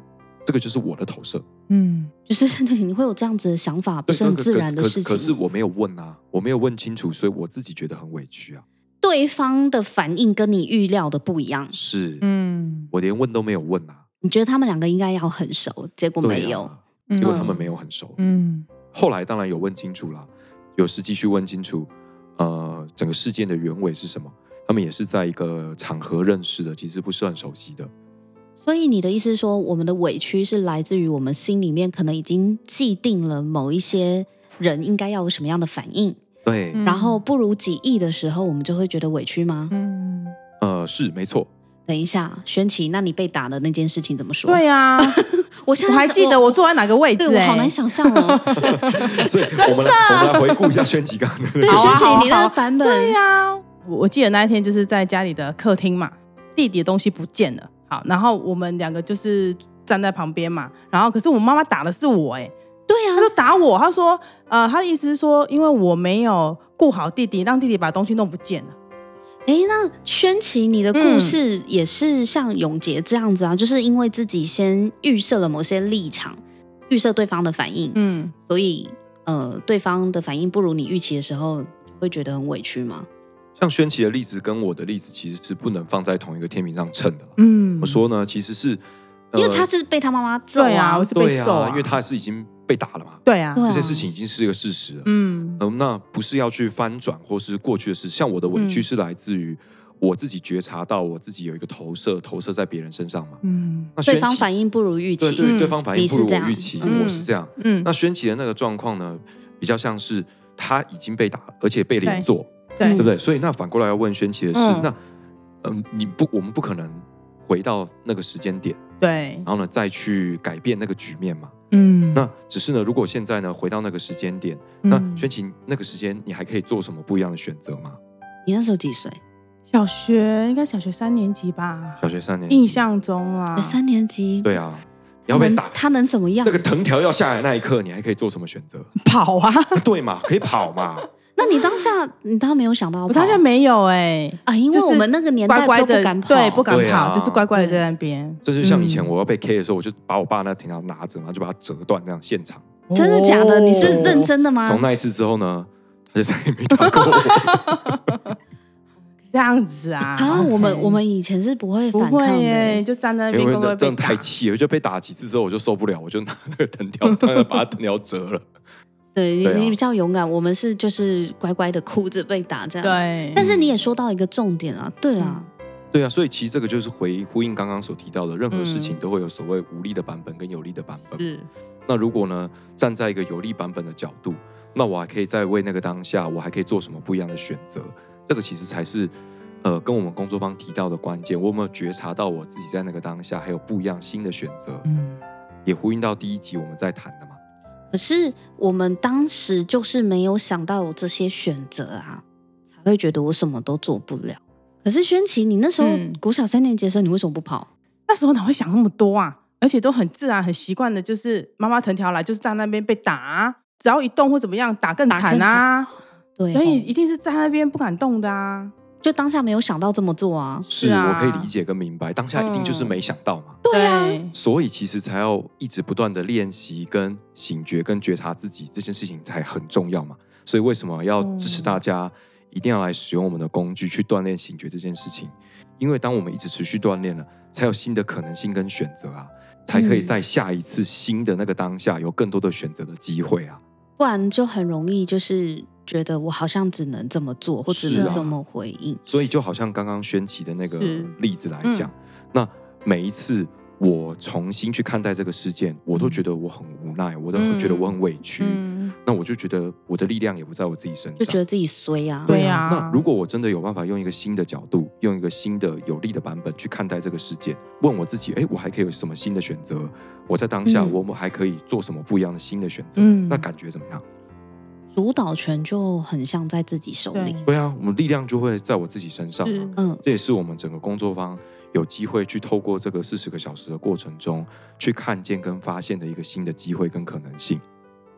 [SPEAKER 2] 这个就是我的投射，
[SPEAKER 3] 嗯
[SPEAKER 1] 就是 你会有这样子的想法，不
[SPEAKER 2] 对
[SPEAKER 1] 是很
[SPEAKER 2] 可
[SPEAKER 1] 自然的
[SPEAKER 2] 可
[SPEAKER 1] 事情。
[SPEAKER 2] 可是我没有问啊，我没有问清楚，所以我自己觉得很委屈啊。
[SPEAKER 1] 对方的反应跟你预料的不一样，
[SPEAKER 2] 是，
[SPEAKER 3] 嗯
[SPEAKER 2] 我连问都没有问啊。
[SPEAKER 1] 你觉得他们两个应该要很熟，结果
[SPEAKER 2] 对
[SPEAKER 1] 没有。
[SPEAKER 2] 啊
[SPEAKER 3] 嗯，
[SPEAKER 2] 结果他们没有很熟。
[SPEAKER 3] 嗯
[SPEAKER 2] 后来当然有问清楚啦，有实际去问清楚，呃，整个事件的原委是什么。他们也是在一个场合认识的，其实不是很熟悉的。
[SPEAKER 1] 所以你的意思是说，我们的委屈是来自于我们心里面可能已经既定了某一些人应该要有什么样的反应，
[SPEAKER 2] 对，
[SPEAKER 3] 嗯
[SPEAKER 1] 然后不如己意的时候，我们就会觉得委屈吗？
[SPEAKER 3] 嗯，
[SPEAKER 2] 呃，是没错，
[SPEAKER 1] 等一下，轩琪，那你被打的那件事情怎么说？
[SPEAKER 3] 对呀、
[SPEAKER 1] 我现在
[SPEAKER 3] 我还记得我坐在哪个位置、
[SPEAKER 1] 对
[SPEAKER 3] 欸，
[SPEAKER 1] 我好难想象哦。
[SPEAKER 2] 所以我们来我们来回顾一下轩吉刚刚的那
[SPEAKER 1] 对，
[SPEAKER 2] 个
[SPEAKER 3] 好啊
[SPEAKER 1] 轩
[SPEAKER 3] 好啊
[SPEAKER 1] 琪，你那
[SPEAKER 3] 好啊
[SPEAKER 1] 个版本，
[SPEAKER 3] 对呀、我我记得那一天就是在家里的客厅嘛，弟弟的东西不见了，好，然后我们两个就是站在旁边嘛，然后可是我妈妈打的是我、欸，哎，
[SPEAKER 1] 对啊
[SPEAKER 3] 她就打我，她说，呃，她的意思是说，因为我没有顾好弟弟，让弟弟把东西弄不见了。
[SPEAKER 1] 哎，那轩琪，你的故事
[SPEAKER 2] 嗯
[SPEAKER 1] 也是像永杰这样子啊，就是因为自己先预设了某些立场，预设对方的反应，
[SPEAKER 3] 嗯，
[SPEAKER 1] 所以呃，对方的反应不如你预期的时候，会觉得很委屈吗？
[SPEAKER 2] 像轩琪的例子跟我的例子其实是不能放在同一个天平上称的啦。
[SPEAKER 3] 嗯
[SPEAKER 2] 怎么说呢？其实是
[SPEAKER 1] 因为他
[SPEAKER 2] 呃
[SPEAKER 1] 是被他妈妈揍
[SPEAKER 3] 对啊，我是
[SPEAKER 2] 对
[SPEAKER 3] 被
[SPEAKER 2] 呀、
[SPEAKER 3] 揍、啊，
[SPEAKER 2] 因为他是已经被打了嘛，
[SPEAKER 3] 对啊，
[SPEAKER 1] 对啊
[SPEAKER 2] 这些事情已经是个事实了。
[SPEAKER 3] 嗯
[SPEAKER 2] 嗯，那不是要去翻转或是过去的事，像我的委屈
[SPEAKER 3] 嗯
[SPEAKER 2] 是来自于我自己觉察到我自己有一个投射，投射在别人身上嘛。
[SPEAKER 3] 嗯
[SPEAKER 2] 那轩
[SPEAKER 1] 对方
[SPEAKER 2] 琪
[SPEAKER 1] 反应不如预期，
[SPEAKER 2] 对对，
[SPEAKER 3] 嗯
[SPEAKER 2] 对方反应
[SPEAKER 1] 你
[SPEAKER 2] 不
[SPEAKER 1] 是
[SPEAKER 2] 如
[SPEAKER 1] 这
[SPEAKER 2] 我
[SPEAKER 1] 样
[SPEAKER 2] 预期，
[SPEAKER 3] 嗯
[SPEAKER 2] 我是这样。
[SPEAKER 3] 嗯，
[SPEAKER 2] 那轩琪的那个状况呢，比较像是他已经被打，而且被连
[SPEAKER 3] 对
[SPEAKER 2] 坐，
[SPEAKER 1] 嗯
[SPEAKER 2] 对不对？所以那反过来要问轩琪的是，
[SPEAKER 3] 嗯
[SPEAKER 2] 那嗯，你不，我们不可能回到那个时间点，
[SPEAKER 3] 对
[SPEAKER 2] 然，后呢再去改变那个局面嘛。
[SPEAKER 3] 嗯
[SPEAKER 2] 那只是呢，如果现在呢回到那个时间点，
[SPEAKER 3] 嗯
[SPEAKER 2] 那轩琪那个时间你还可以做什么不一样的选择吗？
[SPEAKER 1] 你那时候几岁？
[SPEAKER 3] 小学应该小学三年级吧，
[SPEAKER 2] 小学三年级
[SPEAKER 3] 印象嗯中啊，
[SPEAKER 1] 哎三年级。
[SPEAKER 2] 对啊，你要被
[SPEAKER 1] 能
[SPEAKER 2] 打
[SPEAKER 1] 他能怎么样
[SPEAKER 2] 那？个藤条要下来那一刻，你还可以做什么选择？
[SPEAKER 3] 跑啊，
[SPEAKER 2] 对嘛，可以跑 嘛。
[SPEAKER 1] 那你当下你当然没有想到吧，
[SPEAKER 3] 我好像没有哎、
[SPEAKER 1] 啊，因为
[SPEAKER 3] 就是
[SPEAKER 1] 我们那个年
[SPEAKER 3] 乖
[SPEAKER 1] 代
[SPEAKER 3] 乖
[SPEAKER 1] 都
[SPEAKER 3] 的，
[SPEAKER 1] 不敢跑，
[SPEAKER 3] 对，不敢
[SPEAKER 2] 对
[SPEAKER 3] 跑，
[SPEAKER 2] 啊
[SPEAKER 3] 就是乖乖的
[SPEAKER 1] 对
[SPEAKER 3] 在那边。
[SPEAKER 2] 这就像以前
[SPEAKER 3] 嗯
[SPEAKER 2] 我要被 K 的时候，我就把我爸那藤条拿着，然后就把它折断，这样现场。
[SPEAKER 1] 真的假的？
[SPEAKER 3] 哦
[SPEAKER 1] 你是认真的吗？
[SPEAKER 2] 从那一次之后呢，他就再也没打 过我。
[SPEAKER 3] 这样子啊？
[SPEAKER 1] 啊，我们
[SPEAKER 3] OK
[SPEAKER 1] 我们以前是不会
[SPEAKER 3] 不
[SPEAKER 1] 反
[SPEAKER 3] 会
[SPEAKER 1] 抗的
[SPEAKER 3] 耶，
[SPEAKER 1] 欸。
[SPEAKER 3] 就站在那
[SPEAKER 2] 因
[SPEAKER 3] 边
[SPEAKER 2] 为
[SPEAKER 3] 乖乖
[SPEAKER 2] 真
[SPEAKER 3] 被
[SPEAKER 2] 的
[SPEAKER 3] 打
[SPEAKER 2] 太气了，就被打几次之后我就受不了，我就拿那个藤条， 当然把他藤条折 了。
[SPEAKER 1] 对你
[SPEAKER 2] 对啊
[SPEAKER 1] 你比较勇敢，我们是就是乖乖的哭着被打这样。。
[SPEAKER 3] 对，嗯
[SPEAKER 1] 但是你也说到一个重点啊，对啊，
[SPEAKER 2] 对啊，所以其实这个就是回呼应刚刚所提到的，任何事情
[SPEAKER 3] 嗯
[SPEAKER 2] 都会有所谓无力的版本跟有力的版本。
[SPEAKER 3] 是
[SPEAKER 2] 那如果呢，站在一个有利版本的角度，那我还可以再为那个当下，我还可以做什么不一样的选择？这个其实才是，呃，跟我们工作方提到的关键。我有没有觉察到我自己在那个当下还有不一样新的选择？
[SPEAKER 3] 嗯，
[SPEAKER 2] 也呼应到第一集我们在谈的嘛。
[SPEAKER 1] 可是我们当时就是没有想到有这些选择啊，才会觉得我什么都做不了。可是轩琪，你那时候
[SPEAKER 3] 嗯
[SPEAKER 1] 国小三年级的时候，你为什么不跑？
[SPEAKER 3] 那时候哪会想那么多啊？而且都很自然、很习惯的，就是妈妈藤条来，就是站那边被打啊，只要一动或怎么样，打更
[SPEAKER 1] 打
[SPEAKER 3] 惨
[SPEAKER 1] 更
[SPEAKER 3] 啊。
[SPEAKER 1] 对哦，
[SPEAKER 3] 所以一定是站那边不敢动的啊。
[SPEAKER 1] 就当下没有想到这么做啊。
[SPEAKER 2] 是
[SPEAKER 3] 啊
[SPEAKER 2] 我可以理解跟明白，当下一定就是没想到嘛。
[SPEAKER 3] 对
[SPEAKER 1] 啊
[SPEAKER 2] 所以其实才要一直不断的练习、跟醒觉、跟觉察自己这件事情才很重要嘛。所以为什么要支持大家
[SPEAKER 3] 嗯
[SPEAKER 2] 一定要来使用我们的工具去锻炼醒觉这件事情？因为当我们一直持续锻炼了，才有新的可能性跟选择啊，才可
[SPEAKER 3] 嗯
[SPEAKER 2] 以在下一次新的那个当下有更多的选择的机会啊。
[SPEAKER 1] 不然就很容易就是觉得我好像只能这么做，或只
[SPEAKER 2] 是
[SPEAKER 1] 能
[SPEAKER 2] 啊
[SPEAKER 1] 这么回应。
[SPEAKER 2] 所以就好像刚刚宣琪的那个
[SPEAKER 3] 是嗯
[SPEAKER 2] 例子来讲，那每一次我重新去看待这个事件，我都觉得我很无奈，我都
[SPEAKER 3] 嗯
[SPEAKER 2] 觉得我很委屈，
[SPEAKER 3] 嗯，
[SPEAKER 2] 那我就觉得我的力量也不在我自己身
[SPEAKER 1] 就觉
[SPEAKER 2] 上。
[SPEAKER 1] 得自己衰啊。
[SPEAKER 3] 对啊
[SPEAKER 2] 那如果我真的有办法用一个新的角度，用一个新的有利的版本去看待这个事件，问我自己，哎，我还可以有什么新的选择？我在当下，
[SPEAKER 1] 嗯
[SPEAKER 2] 我们还可以做什么不一样的新的选择？
[SPEAKER 3] 嗯
[SPEAKER 2] 那感觉怎么样？
[SPEAKER 1] 主导权就很像在自己手里。
[SPEAKER 2] 对啊，我们力量就会在我自己身上啊、
[SPEAKER 3] 是
[SPEAKER 1] 嗯，
[SPEAKER 2] 这也是我们整个工作方有机会去透过这个四十个小时的过程中，去看见跟发现的一个新的机会跟可能性。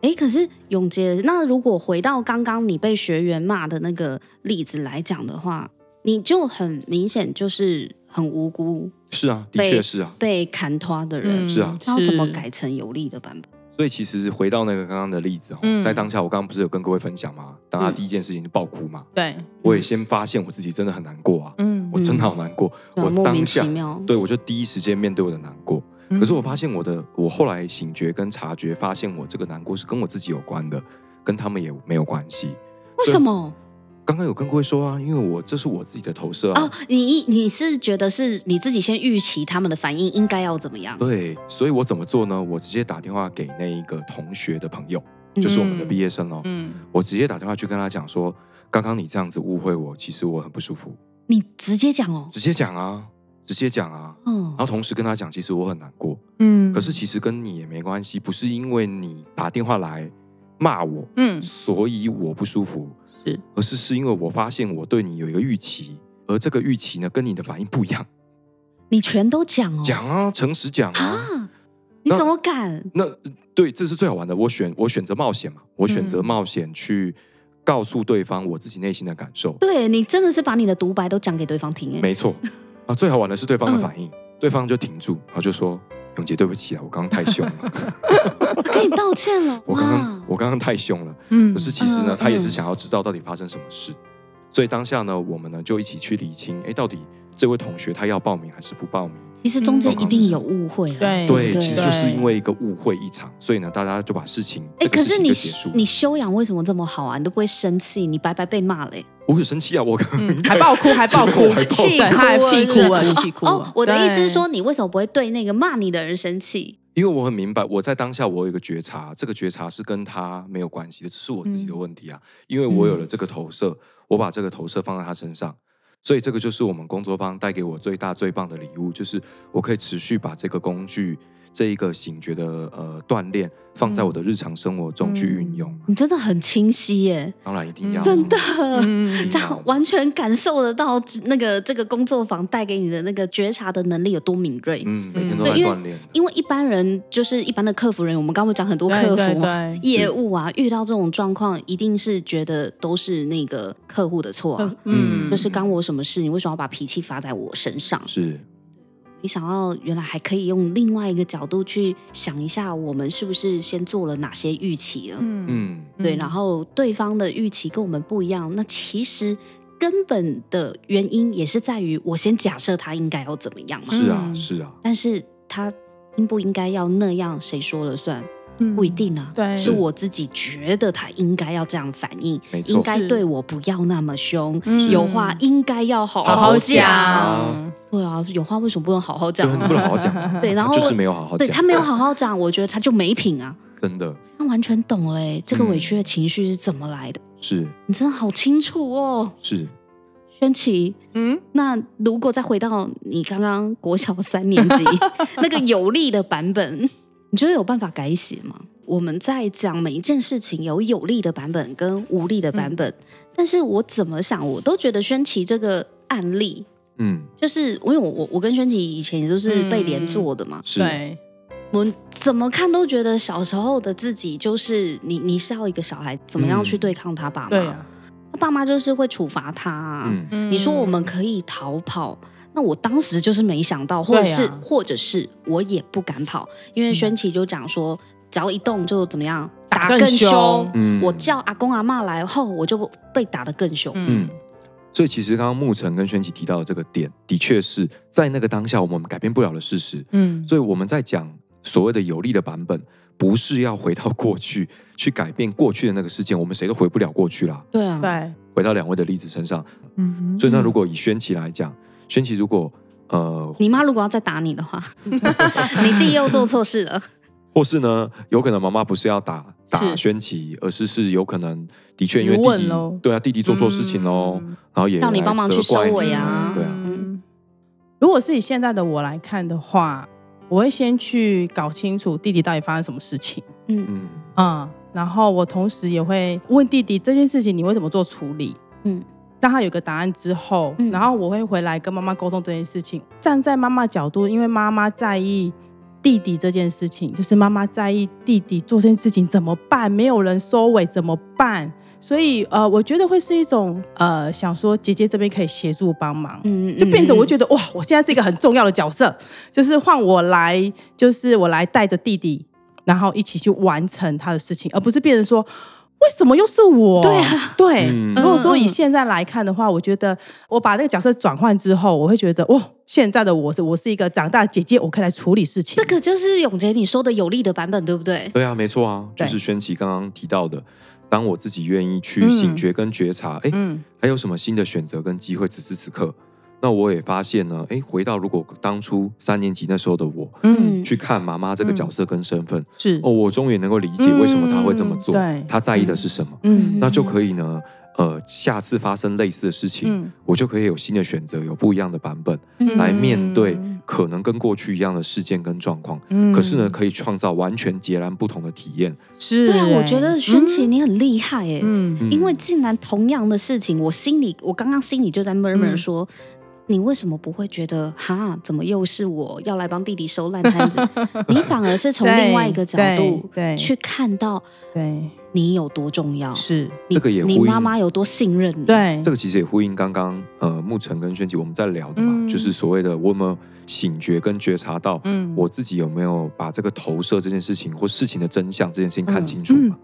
[SPEAKER 1] 诶，可是永杰，那如果回到刚刚你被学员骂的那个例子来讲的话，你就很明显就是很无辜
[SPEAKER 2] 是啊，的
[SPEAKER 1] 被
[SPEAKER 2] 确是啊。
[SPEAKER 1] 被砍拖的人，
[SPEAKER 2] 是
[SPEAKER 3] 嗯
[SPEAKER 2] 啊
[SPEAKER 1] 那要嗯怎么改？成有利的版本？
[SPEAKER 2] 所以其实回到那个刚刚的例子哦，
[SPEAKER 3] 嗯
[SPEAKER 2] 在当下我刚刚不是有跟各位分享吗？当他
[SPEAKER 1] 嗯
[SPEAKER 2] 第一件事情就爆哭嘛，
[SPEAKER 3] 对，
[SPEAKER 2] 我也先发现我自己真的很难过啊，
[SPEAKER 3] 嗯
[SPEAKER 2] 我真的好难过，
[SPEAKER 1] 对啊
[SPEAKER 2] 我
[SPEAKER 1] 莫名
[SPEAKER 2] 当
[SPEAKER 1] 其
[SPEAKER 2] 下
[SPEAKER 1] 妙。
[SPEAKER 2] 对我就第一时间面对我的难过。
[SPEAKER 1] 嗯
[SPEAKER 2] 可是我发现我的，我后来醒觉跟察觉，发现我这个难过是跟我自己有关的，跟他们也没有关系。
[SPEAKER 1] 为什么？
[SPEAKER 2] 刚刚有跟各位说啊，因为我这是我自己的投射啊。
[SPEAKER 1] 哦，你你是觉得是你自己先预期他们的反应应该要怎么样？
[SPEAKER 2] 对，所以我怎么做呢？我直接打电话给那一个同学的朋友，
[SPEAKER 1] 嗯
[SPEAKER 2] 就是我们的毕业生哦。
[SPEAKER 3] 嗯，
[SPEAKER 2] 我直接打电话去跟他讲说，刚刚你这样子误会我，其实我很不舒服。
[SPEAKER 1] 你直接讲哦，
[SPEAKER 2] 直接讲啊，直接讲啊。
[SPEAKER 1] 嗯
[SPEAKER 2] 然后同时跟他讲，其实我很难过，
[SPEAKER 3] 嗯
[SPEAKER 2] 可是其实跟你也没关系，不是因为你打电话来骂我，
[SPEAKER 3] 嗯
[SPEAKER 2] 所以我不舒服，
[SPEAKER 3] 是
[SPEAKER 2] 而是是因为我发现我对你有一个预期，而这个预期呢跟你的反应不一
[SPEAKER 3] 哦
[SPEAKER 2] 样。
[SPEAKER 1] 你全都讲哦，
[SPEAKER 2] 讲啊，诚实讲啊。
[SPEAKER 1] 啊，你怎么敢？
[SPEAKER 2] 那对，这是最好玩的。我选我选择冒险嘛，我选择
[SPEAKER 3] 嗯
[SPEAKER 2] 冒险去告诉对方我自己内心的感受。
[SPEAKER 1] 对你真的是把你的独白都讲给对方听哎，
[SPEAKER 2] 没错啊，最好玩的是对
[SPEAKER 1] 嗯
[SPEAKER 2] 方的反应，对方就停住，然后就说：“永杰，对不起啊，我刚刚太凶 了，
[SPEAKER 1] 跟你道歉了
[SPEAKER 2] 我刚
[SPEAKER 1] 哇
[SPEAKER 2] 刚，我刚刚太凶了。”
[SPEAKER 3] 嗯
[SPEAKER 2] 可是其实呢，
[SPEAKER 1] 啊嗯
[SPEAKER 2] 他也是
[SPEAKER 1] 嗯
[SPEAKER 2] 想要知道到底发生什么事，所以当下呢，我们呢就一起去理清，哎，到底这位同学他要报名还是不报名？
[SPEAKER 1] 其实中间
[SPEAKER 2] 嗯
[SPEAKER 1] 一定有误会啊了，
[SPEAKER 3] 对
[SPEAKER 2] 对，
[SPEAKER 1] 不
[SPEAKER 2] 其实就是因为一个误会一场，所以呢，大家就把事情
[SPEAKER 1] 哎，
[SPEAKER 2] 这个
[SPEAKER 1] 可
[SPEAKER 2] 事
[SPEAKER 1] 是
[SPEAKER 2] 情
[SPEAKER 1] 你
[SPEAKER 2] 就结束。
[SPEAKER 1] 你修养为什么这么好啊？你都不会生气，你白白被骂欸嘞。
[SPEAKER 2] 我很生气啊，我刚刚
[SPEAKER 3] 嗯 还爆哭，还爆哭，
[SPEAKER 2] 还爆哭
[SPEAKER 1] 气
[SPEAKER 3] 对，他还气哭啊
[SPEAKER 1] 了
[SPEAKER 3] 了，
[SPEAKER 1] 是
[SPEAKER 3] 气哭
[SPEAKER 1] 哦
[SPEAKER 3] 了。，
[SPEAKER 1] 我的意思是
[SPEAKER 3] 对
[SPEAKER 1] 说，，你为什么不会对那个骂你的人生气？
[SPEAKER 2] 因为我很明白，我在当下我有一个觉察，这个觉察是跟他没有关系的，只是我自
[SPEAKER 1] 嗯
[SPEAKER 2] 己的问题啊。因为我有了这个投射，我把这个投射放在他身上，所以这个就是我们工作方带给我最大最棒的礼物，就是我可以持续把这个工具这一个醒觉的呃锻炼放在我的
[SPEAKER 1] 嗯
[SPEAKER 2] 日常生活中去运用。
[SPEAKER 1] 你真的很清晰耶，
[SPEAKER 2] 当然一定
[SPEAKER 1] 嗯
[SPEAKER 2] 要、
[SPEAKER 3] 嗯
[SPEAKER 1] 真的。
[SPEAKER 3] 嗯
[SPEAKER 1] 这样完全感受得到那个这个工作坊带给你的那个觉察的能力有多敏锐。
[SPEAKER 2] 嗯，每天都
[SPEAKER 1] 对
[SPEAKER 2] 在
[SPEAKER 1] 因为
[SPEAKER 2] 锻炼的。
[SPEAKER 1] 因为一般人就是一般的客服人员，我们刚刚有讲很多客服
[SPEAKER 3] 对对
[SPEAKER 1] 嘛
[SPEAKER 3] 对
[SPEAKER 1] 业务啊，遇到这种状况，一定是觉得都是那个客户的错啊，
[SPEAKER 2] 嗯
[SPEAKER 1] 就是干我什么事？你为什么要把脾气发在我身上？
[SPEAKER 2] 是，
[SPEAKER 1] 没想到原来还可以用另外一个角度去想一下，我们是不是先做了哪些预期了？
[SPEAKER 3] 嗯
[SPEAKER 2] 嗯，
[SPEAKER 1] 对，然后对方的预期跟我们不一样，那其实根本的原因也是在于我先假设他应该要怎么样嘛，
[SPEAKER 2] 是啊，
[SPEAKER 3] 嗯
[SPEAKER 2] 是啊，
[SPEAKER 1] 但是他应不应该要那样，谁说了算？
[SPEAKER 3] 嗯
[SPEAKER 1] 不一定啊，
[SPEAKER 3] 对
[SPEAKER 1] 是我自己觉得他应该要这样反应
[SPEAKER 2] 没，错
[SPEAKER 1] 应该
[SPEAKER 3] 是
[SPEAKER 1] 对我不要那么凶，
[SPEAKER 3] 嗯
[SPEAKER 1] 有话应该要好
[SPEAKER 3] 好好
[SPEAKER 1] 讲。
[SPEAKER 3] 讲，
[SPEAKER 1] 对啊，有话为什么不能好好讲
[SPEAKER 2] 对，
[SPEAKER 1] 呢？
[SPEAKER 2] 你不能好好讲 啊，
[SPEAKER 1] 对然后
[SPEAKER 2] 就是没有好好
[SPEAKER 1] 对
[SPEAKER 2] 讲，
[SPEAKER 1] 他 没有好好讲，我觉得他就没品啊。
[SPEAKER 2] 真的
[SPEAKER 1] 他完全懂了、欸，这个
[SPEAKER 2] 嗯
[SPEAKER 1] 委屈的情绪是怎么来的？
[SPEAKER 2] 是
[SPEAKER 1] 你真的好清楚哦，
[SPEAKER 2] 是，
[SPEAKER 1] 轩琪。
[SPEAKER 3] 嗯，
[SPEAKER 1] 那如果再回到你刚刚国小三年 级那个有力的版本，你觉得有办法改写吗？我们在讲每一件事情有有力的版本跟无力的版本，
[SPEAKER 3] 嗯
[SPEAKER 1] 但是我怎么想，我都觉得轩琪这个案例，
[SPEAKER 2] 嗯，
[SPEAKER 1] 就是因为我我我跟轩琪以前也都是被连坐的嘛，
[SPEAKER 3] 嗯
[SPEAKER 2] 是
[SPEAKER 3] 对，
[SPEAKER 1] 我们怎么看都觉得小时候的自己就是你，你是要一个小孩怎么样去对抗他爸妈？
[SPEAKER 3] 嗯对啊，
[SPEAKER 1] 他爸妈就是会处罚他、啊。
[SPEAKER 2] 嗯
[SPEAKER 3] 嗯
[SPEAKER 1] 你说我们可以逃跑，那我当时就是没想到，或者是、
[SPEAKER 3] 对啊
[SPEAKER 1] 或者是我也不敢跑，因为轩琪就讲说，只要一动就怎么样打更
[SPEAKER 3] 更凶
[SPEAKER 2] 嗯
[SPEAKER 1] 我叫阿公阿妈来后，我就被打得更凶。
[SPEAKER 2] 嗯，所以其实刚刚沐橙跟轩琪提到的这个点，的确是在那个当下我们改变不了的事实。
[SPEAKER 3] 嗯
[SPEAKER 2] 所以我们在讲所谓的有利的版本，不是要回到过去去改变过去的那个事件，我们谁都回不了过去啦。
[SPEAKER 1] 对啊，
[SPEAKER 3] 对，
[SPEAKER 2] 回到两位的例子身上，
[SPEAKER 3] 嗯
[SPEAKER 2] 所以那如果以轩琪来讲，轩琪如果呃，
[SPEAKER 1] 你妈如果要再打你的 话，你弟又做错事了。
[SPEAKER 2] 或是呢，有可能妈妈不是要打打
[SPEAKER 3] 是
[SPEAKER 2] 轩琪，而是是有可能的确因为
[SPEAKER 3] 你
[SPEAKER 2] 弟
[SPEAKER 3] 问
[SPEAKER 2] 弟
[SPEAKER 3] 喽
[SPEAKER 2] 对啊，弟弟做错事情喽，
[SPEAKER 3] 嗯
[SPEAKER 2] 然后也
[SPEAKER 1] 让你
[SPEAKER 2] 来
[SPEAKER 1] 帮忙
[SPEAKER 2] 责
[SPEAKER 1] 去收
[SPEAKER 2] 怪你
[SPEAKER 1] 尾啊
[SPEAKER 2] 对啊，
[SPEAKER 3] 嗯，如果是以现在的我来看的话，我会先去搞清楚弟弟到底发生什么事情，
[SPEAKER 1] 嗯
[SPEAKER 2] 嗯
[SPEAKER 3] 嗯，然后我同时也会问弟弟这件事情你会怎么做处理。
[SPEAKER 1] 嗯，
[SPEAKER 3] 当他有个答案之后，
[SPEAKER 1] 嗯
[SPEAKER 3] 然后我会回来跟妈妈沟通这件事情。站在妈妈角度，因为妈妈在意弟弟这件事情，就是妈妈在意弟弟做这件事情怎么办，没有人收尾怎么办？所以呃，我觉得会是一种呃，想说姐姐这边可以协助帮忙，
[SPEAKER 1] 嗯
[SPEAKER 3] 就变成我
[SPEAKER 1] 觉
[SPEAKER 3] 觉得哇，我现在是一个很重要的角色，就是换我来，就是我来带着弟弟，然后一起去完成他的事情，而不是变成说。为什么又是我？
[SPEAKER 1] 对啊，
[SPEAKER 3] 对
[SPEAKER 2] 嗯
[SPEAKER 3] 如果说
[SPEAKER 1] 嗯
[SPEAKER 3] 以
[SPEAKER 1] 嗯
[SPEAKER 3] 现在来看的话，我觉得我把那个角色转换之后，我会觉得哇，现在的我是我是一个长大的姐姐，我可以来处理事情。
[SPEAKER 1] 这个就是永杰你说的有利的版本，对不对？
[SPEAKER 2] 对啊，没错啊，就
[SPEAKER 3] 对
[SPEAKER 2] 是轩琪刚刚提到的，当我自己愿意去醒觉跟觉察，哎、
[SPEAKER 3] 嗯，
[SPEAKER 2] 还有什么新的选择跟机会？此时此刻，那我也发现呢，哎，回到如果当初三年级那时候的我。
[SPEAKER 3] 嗯，
[SPEAKER 2] 去看妈妈这个角色跟身份，
[SPEAKER 3] 是
[SPEAKER 2] 哦，我终于能够理解为什么她会这么做，
[SPEAKER 3] 嗯对
[SPEAKER 2] 她在意的是什么，
[SPEAKER 3] 嗯
[SPEAKER 2] 那就可以呢，呃，下次发生类似的事情，
[SPEAKER 3] 嗯
[SPEAKER 2] 我就可以有新的选择，有不一样的版本
[SPEAKER 1] 嗯
[SPEAKER 2] 来面对
[SPEAKER 3] 嗯
[SPEAKER 2] 可能跟过去一样的事件跟状况，
[SPEAKER 3] 嗯
[SPEAKER 2] 可是呢，可以创造完全截然不同的体验。
[SPEAKER 3] 是
[SPEAKER 1] 对啊，我
[SPEAKER 3] 欸
[SPEAKER 1] 觉得轩琪你很厉害哎、
[SPEAKER 3] 嗯嗯
[SPEAKER 2] 嗯
[SPEAKER 1] 因为竟然同样的事情，我心里我刚刚心里就在 murmur
[SPEAKER 3] 嗯
[SPEAKER 1] 说。你为什么不会觉得哈？怎么又是我要来帮弟弟收烂摊 子？你反而是从另外一个角度
[SPEAKER 3] 对对对
[SPEAKER 1] 去看到
[SPEAKER 3] 对
[SPEAKER 2] 嗯
[SPEAKER 1] 你有多重要，
[SPEAKER 3] 是
[SPEAKER 1] 你
[SPEAKER 2] 这个也
[SPEAKER 1] 你
[SPEAKER 2] 呼应
[SPEAKER 1] 妈妈有多信任你。，
[SPEAKER 3] 对
[SPEAKER 2] 这个其实也呼应刚刚呃沐晨跟轩琪我们在聊的嘛，
[SPEAKER 3] 嗯
[SPEAKER 2] 就是所谓的我有没有醒觉跟觉察到，
[SPEAKER 3] 嗯
[SPEAKER 2] 我自己有没有把这个投射这件事情或事情的真相这件事情看清楚嘛？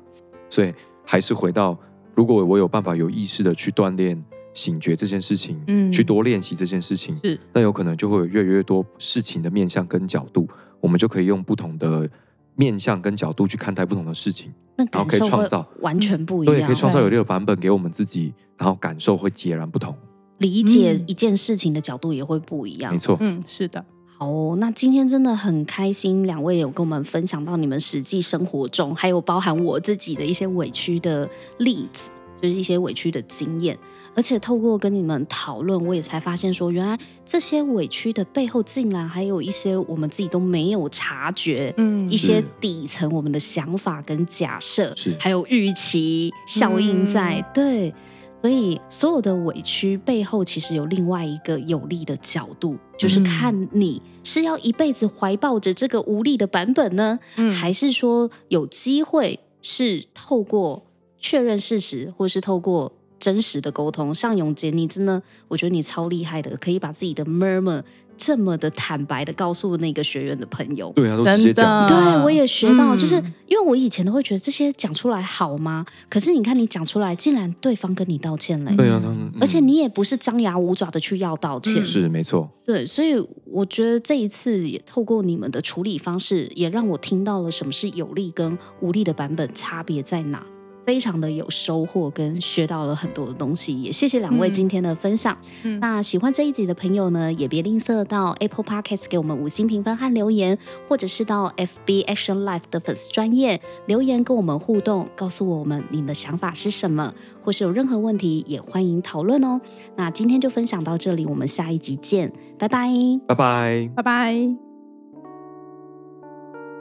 [SPEAKER 2] 所以还是回到，如果我有办法有意识的去锻炼醒觉这件事情，
[SPEAKER 3] 嗯
[SPEAKER 2] 去多练习这件事情，
[SPEAKER 3] 是
[SPEAKER 2] 那有可能就会有越来越多事情的面向跟角度，我们就可以用不同的面向跟角度去看待不同的事情，
[SPEAKER 1] 那
[SPEAKER 2] 然
[SPEAKER 1] 感
[SPEAKER 2] 后哦可以
[SPEAKER 1] 受
[SPEAKER 2] 创
[SPEAKER 1] 会
[SPEAKER 2] 造嗯
[SPEAKER 1] 完全不一
[SPEAKER 2] 对，
[SPEAKER 1] 样，
[SPEAKER 2] 可以创造
[SPEAKER 3] 对
[SPEAKER 2] 有利的版本给我们自己，然后感受会截然不同。
[SPEAKER 1] 理解
[SPEAKER 3] 嗯
[SPEAKER 1] 一件事情的角度也会不一样
[SPEAKER 2] 没。错，
[SPEAKER 3] 嗯是的，
[SPEAKER 1] 好哦、那今天真的很开心，两位有跟我们分享到你们实际生活中，还有包含我自己的一些委屈的例子，就是一些委屈的经验。而且透过跟你们讨论，我也才发现说，原来这些委屈的背后，竟然还有一些我们自己都没有察觉。
[SPEAKER 3] 嗯
[SPEAKER 1] 一些
[SPEAKER 2] 是
[SPEAKER 1] 底层我们的想法跟假设
[SPEAKER 2] 是，
[SPEAKER 1] 还有预期效应在、
[SPEAKER 3] 嗯
[SPEAKER 1] 对，所以所有的委屈背后其实有另外一个有利的角度，就是
[SPEAKER 3] 嗯
[SPEAKER 1] 看你是要一辈子怀抱着这个无力的版本呢，
[SPEAKER 3] 嗯
[SPEAKER 1] 还是说有机会是透过确认事实，或是透过真实的沟通？像永杰，你真的，我觉得你超厉害的，可以把自己的 murmur 这么的坦白的告诉那个学员的朋友。
[SPEAKER 2] 对啊，都直接讲，
[SPEAKER 1] 对
[SPEAKER 3] 真的，
[SPEAKER 1] 我也学到，
[SPEAKER 3] 嗯
[SPEAKER 1] 就是因为我以前都会觉得这些讲出来好吗？可是你看你讲出来，竟然对方跟你道歉嘞，
[SPEAKER 2] 对啊，他们，
[SPEAKER 1] 而且
[SPEAKER 2] 嗯
[SPEAKER 1] 你也不是张牙舞爪的去要道歉，
[SPEAKER 3] 嗯
[SPEAKER 2] 是没错，
[SPEAKER 1] 对，所以我觉得这一次也透过你们的处理方式，也让我听到了什么是有力跟无力的版本差别在哪，非常的有收获，跟学到了很多的东西。也谢谢两位
[SPEAKER 3] 嗯
[SPEAKER 1] 今天的分享。
[SPEAKER 3] 嗯
[SPEAKER 1] 那喜欢这一集的朋友呢，也别吝啬到 Apple Podcast 给我们五星评分和留言，或者是到 FB Action Life 的粉丝专业留言跟我们互动，告诉我们你的想法是什么，或是有任何问题也欢迎讨论哦。那今天就分享到这里，我们下一集见，拜拜。
[SPEAKER 2] 拜拜。
[SPEAKER 3] 拜拜。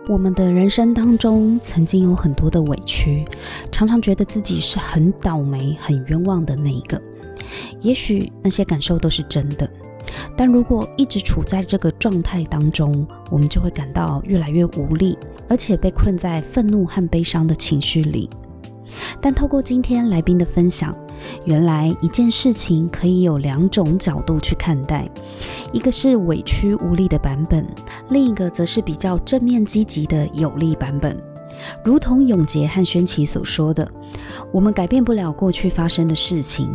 [SPEAKER 4] 我们的人生当中，曾经有很多的委屈，常常觉得自己是很倒霉、很冤枉的那一个。也许那些感受都是真的，但如果一直处在这个状态当中，我们就会感到越来越无力，而且被困在愤怒和悲伤的情绪里。但透过今天来宾的分享，原来一件事情可以有两种角度去看待，一个是委屈无力的版本，另一个则是比较正面积极的有利版本。如同永杰和宣琪所说的，我们改变不了过去发生的事情，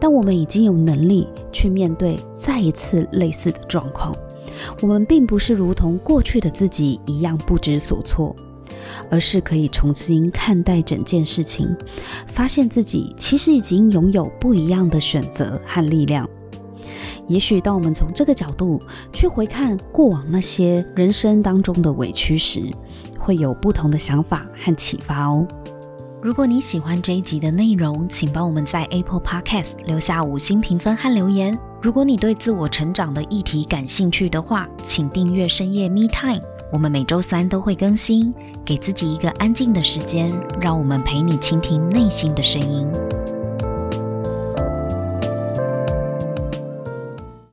[SPEAKER 4] 但我们已经有能力去面对再一次类似的状况。我们并不是如同过去的自己一样不知所措，而是可以重新看待整件事情，发现自己其实已经拥有不一样的选择和力量。也许当我们从这个角度去回看过往那些人生当中的委屈时，会有不同的想法和启发哦。如果你喜欢这一集的内容，请帮我们在 Apple Podcast 留下五星评分和留言。如果你对自我成长的议题感兴趣的话，请订阅深夜 Me Time，我们每周三都会更新。给自己一个安静的时间，让我们陪你倾听内心的声音。